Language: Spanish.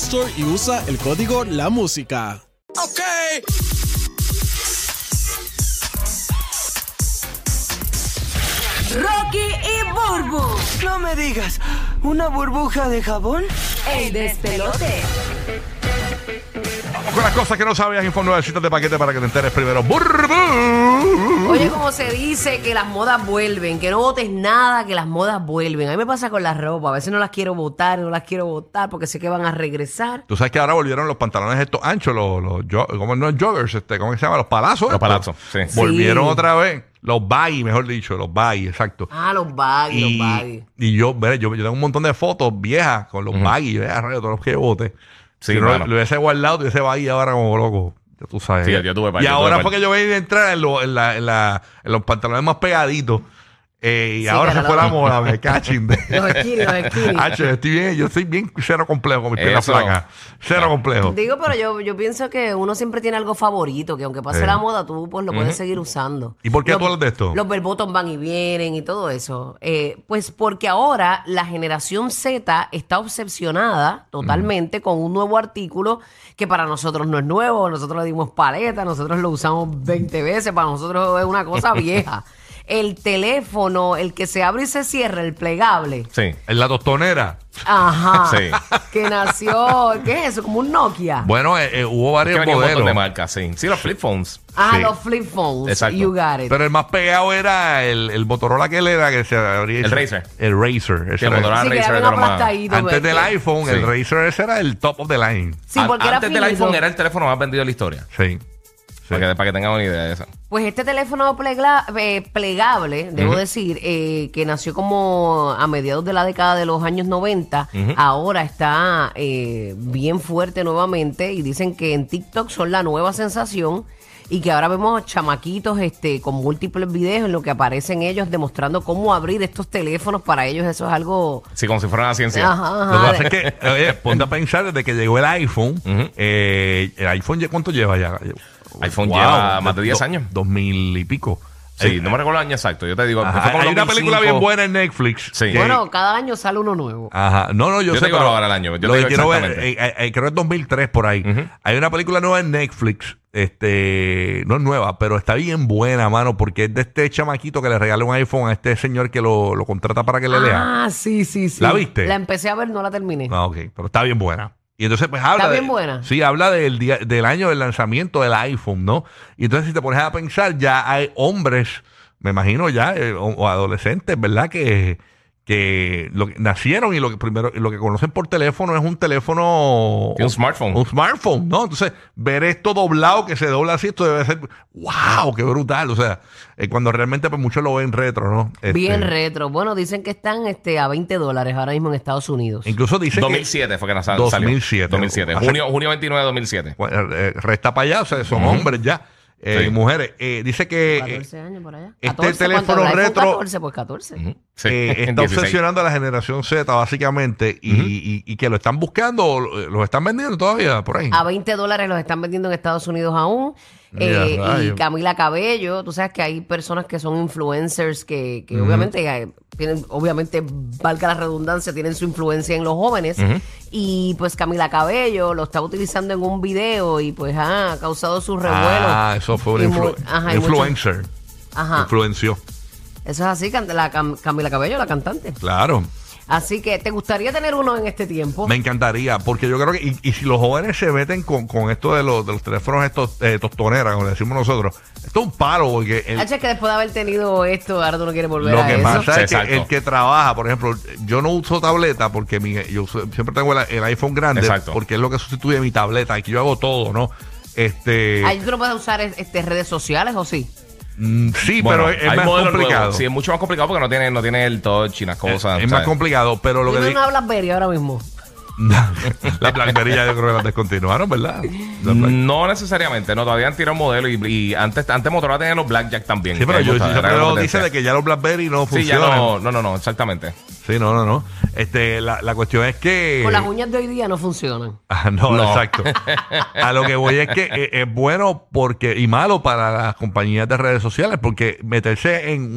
Store y usa el código La Música. Rocky y Burbu, No me digas, ¿una burbuja de jabón? el despelote. Con las cosas que no sabías, Info 9, citas de paquete para que te enteres primero. Burbu. Oye, como se dice que las modas vuelven, que no votes nada, que las modas vuelven. A mí me pasa con la ropa, a veces no las quiero votar, no las quiero votar porque sé que van a regresar. Tú sabes que ahora volvieron los pantalones estos anchos, los, los jo- ¿cómo no joggers, este, ¿cómo que se llama? Los palazos. Los estos. palazos, sí. Volvieron Sí. otra vez. Los baggy, mejor dicho, los baggy, exacto. Ah, los baggy, los baggy. y yo, mira, yo, yo tengo un montón de fotos viejas con los baggy, yo, ah, rayos, todos los que bote. Sí, si no, mano. lo hubiese guardado, lo hubiese baggy ahora como loco. Ya tú sabes. Sí, yo tuve par, Y yo tuve ahora par. porque yo venía a entrar en, lo- en la- en la- en los pantalones más pegaditos. eh, y Sí, ahora se cara, fue lo- la moda, me cachín. Los skinny, los skinny. Hacho, yo estoy bien, yo estoy bien cero complejo con mis piernas Eso. Ah. flacas. Cero complejo. Digo, pero yo, yo pienso que uno siempre tiene algo favorito, que aunque pase Sí. la moda, tú pues lo puedes seguir usando. ¿Y por qué Los- tú hablas de esto? Los verbotos van y vienen y todo eso. Eh, pues porque ahora la generación Z está obsesionada totalmente con un nuevo artículo que para nosotros no es nuevo, nosotros le dimos paleta, nosotros lo usamos 20 veces, para nosotros es una cosa vieja. El teléfono, el que se abre y se cierra, el plegable. Sí. En la tostonera. Ajá. Sí. Que nació, ¿qué es eso? Como un Nokia. Bueno, eh, eh, hubo Es que varios me quedé un montón de modelos. marcas, sí. Sí, los flip phones. Ah, Sí. los flip phones. Exacto. You got it. Pero el más pegado era el, el Motorola que él era, que se abría. y El se- Razer. El Razer. ese el era. Motorola sí, que Razer era era bien lo más- aplastadito, Antes ¿ves? del iPhone, el Sí. Razer ese era el top of the line. Sí, porque An- era Antes del finito. iPhone era el teléfono más vendido de la historia. Sí. Sí. Para, que, para que tengan una idea de eso. Pues este teléfono plegla- eh, plegable, debo decir, eh, que nació como a mediados de la década de los años 90, ahora está eh, bien fuerte nuevamente y dicen que en TikTok son la nueva sensación y que ahora vemos chamaquitos este, con múltiples videos en los que aparecen ellos demostrando cómo abrir estos teléfonos para ellos. Eso es algo... Sí, como si fuera una ciencia. Ajá, Lo que ajá. pasa es que, oye, ponte a pensar desde que llegó el iPhone. eh, ¿El iPhone ya- cuánto lleva ya? iPhone lleva más de 10 do- años. Dos mil y pico. Sí, Eh, no me recuerdo el año exacto. Yo te digo, ajá, fue como hay una 2005. película bien buena en Netflix. Sí. que- Ah, Bueno, cada año sale uno nuevo. Ajá. No, no, yo, Yo sé, te digo pero ahora el año, yo lo te que digo quiero ver, eh, exactamente. eh, eh, creo que es 2003 por ahí. Ujú. Hay una película nueva en Netflix, este, no es nueva, pero está bien buena, mano, porque es de este chamaquito que le regala un iPhone a este señor que lo, lo contrata para que le lea. Ah, sí, sí, sí. ¿La viste? La empecé a ver, no la terminé. No, Ah, ok, pero está bien buena. Y entonces, pues habla. Está de- bien buena. Sí, habla del, día, del año del lanzamiento del iPhone, ¿no? Y entonces, si te pones a pensar, ya hay hombres, me imagino ya, eh, o, o adolescentes, ¿verdad? Que, que, lo que nacieron y lo que primero lo que conocen por teléfono es un teléfono. Tiene un smartphone. Un smartphone, ¿no? Entonces, ver esto doblado, que se dobla así, esto debe ser. ¡Wow! ¡Qué brutal! O sea, eh, cuando realmente, pues muchos lo ven retro, ¿no? Este, Bien retro. Bueno, dicen que están este, a 20 dólares ahora mismo en Estados Unidos. Incluso dice que. 2007 fue que nas- salió. 2007. 2007. Hace- Junio, junio 29 de 2007. Bueno, eh, resta para allá, o sea, son hombres ya, eh, Sí. y mujeres. Eh, dice que eh, 14 años por allá. este 14, teléfono ¿cuánto? El iPhone retro- 14, pues 14. Sí, eh, en está 16. obsesionando a la generación Z, básicamente, y, y- y que lo están buscando, o lo- los están vendiendo todavía por ahí. A 20 dólares los están vendiendo en Estados Unidos aún. Eh, Ya, rayos. y Camila Cabello, tú sabes que hay personas que son influencers que, que obviamente eh, tienen, obviamente, valga la redundancia, tienen su influencia en los jóvenes. Y pues Camila Cabello lo está utilizando en un video y pues ah, ha causado su revuelo. ah, eso fue un Y mu- influ- ajá, y mucho- influencer. Ajá. Influenció, Eso es así, can- la Cam- Camila Cabello, la cantante. claro. Así que, ¿te gustaría tener uno en este tiempo? Me encantaría, porque yo creo que, y, y si los jóvenes se meten con, con esto de los, de los teléfonos estos eh, tostoneras, como le decimos nosotros, esto es un paro, porque el- Ah, es que después de haber tenido esto, ahora tú no quieres volver lo a que eso. pasa es que Exacto. el que trabaja, por ejemplo, yo no uso tableta porque mi, yo uso- siempre tengo el, el iPhone grande, Exacto. porque es lo que sustituye mi tableta, aquí yo hago todo, ¿no? Este, Ahí tú no puedes usar este, redes sociales, ¿o sí? mm, sí, Bueno, pero es, hay más modelos nuevos. complicado. Sí, es mucho más complicado porque no tiene, no tiene el touch y las Es- cosas. es más ¿sabes? complicado, pero lo Tú que no digo- hablas Berry ahora mismo. la Blackberry ya yo creo que la descontinuaron, ¿verdad? La Black- No necesariamente, no, todavía han tirado un modelo y, y antes, antes Motorola tenía los Blackjack también. Sí, pero que, yo, o sea, yo era creo la que competencia. dice de que ya los Blackberry no Sí, ya funcionan. no, no, no, no, exactamente. Sí, no, no, no. Este, la, la cuestión es que. Con las uñas de hoy día no funcionan. Ah, no, No. exacto. A lo que voy es que eh, es bueno porque y malo para las compañías de redes sociales porque meterse en un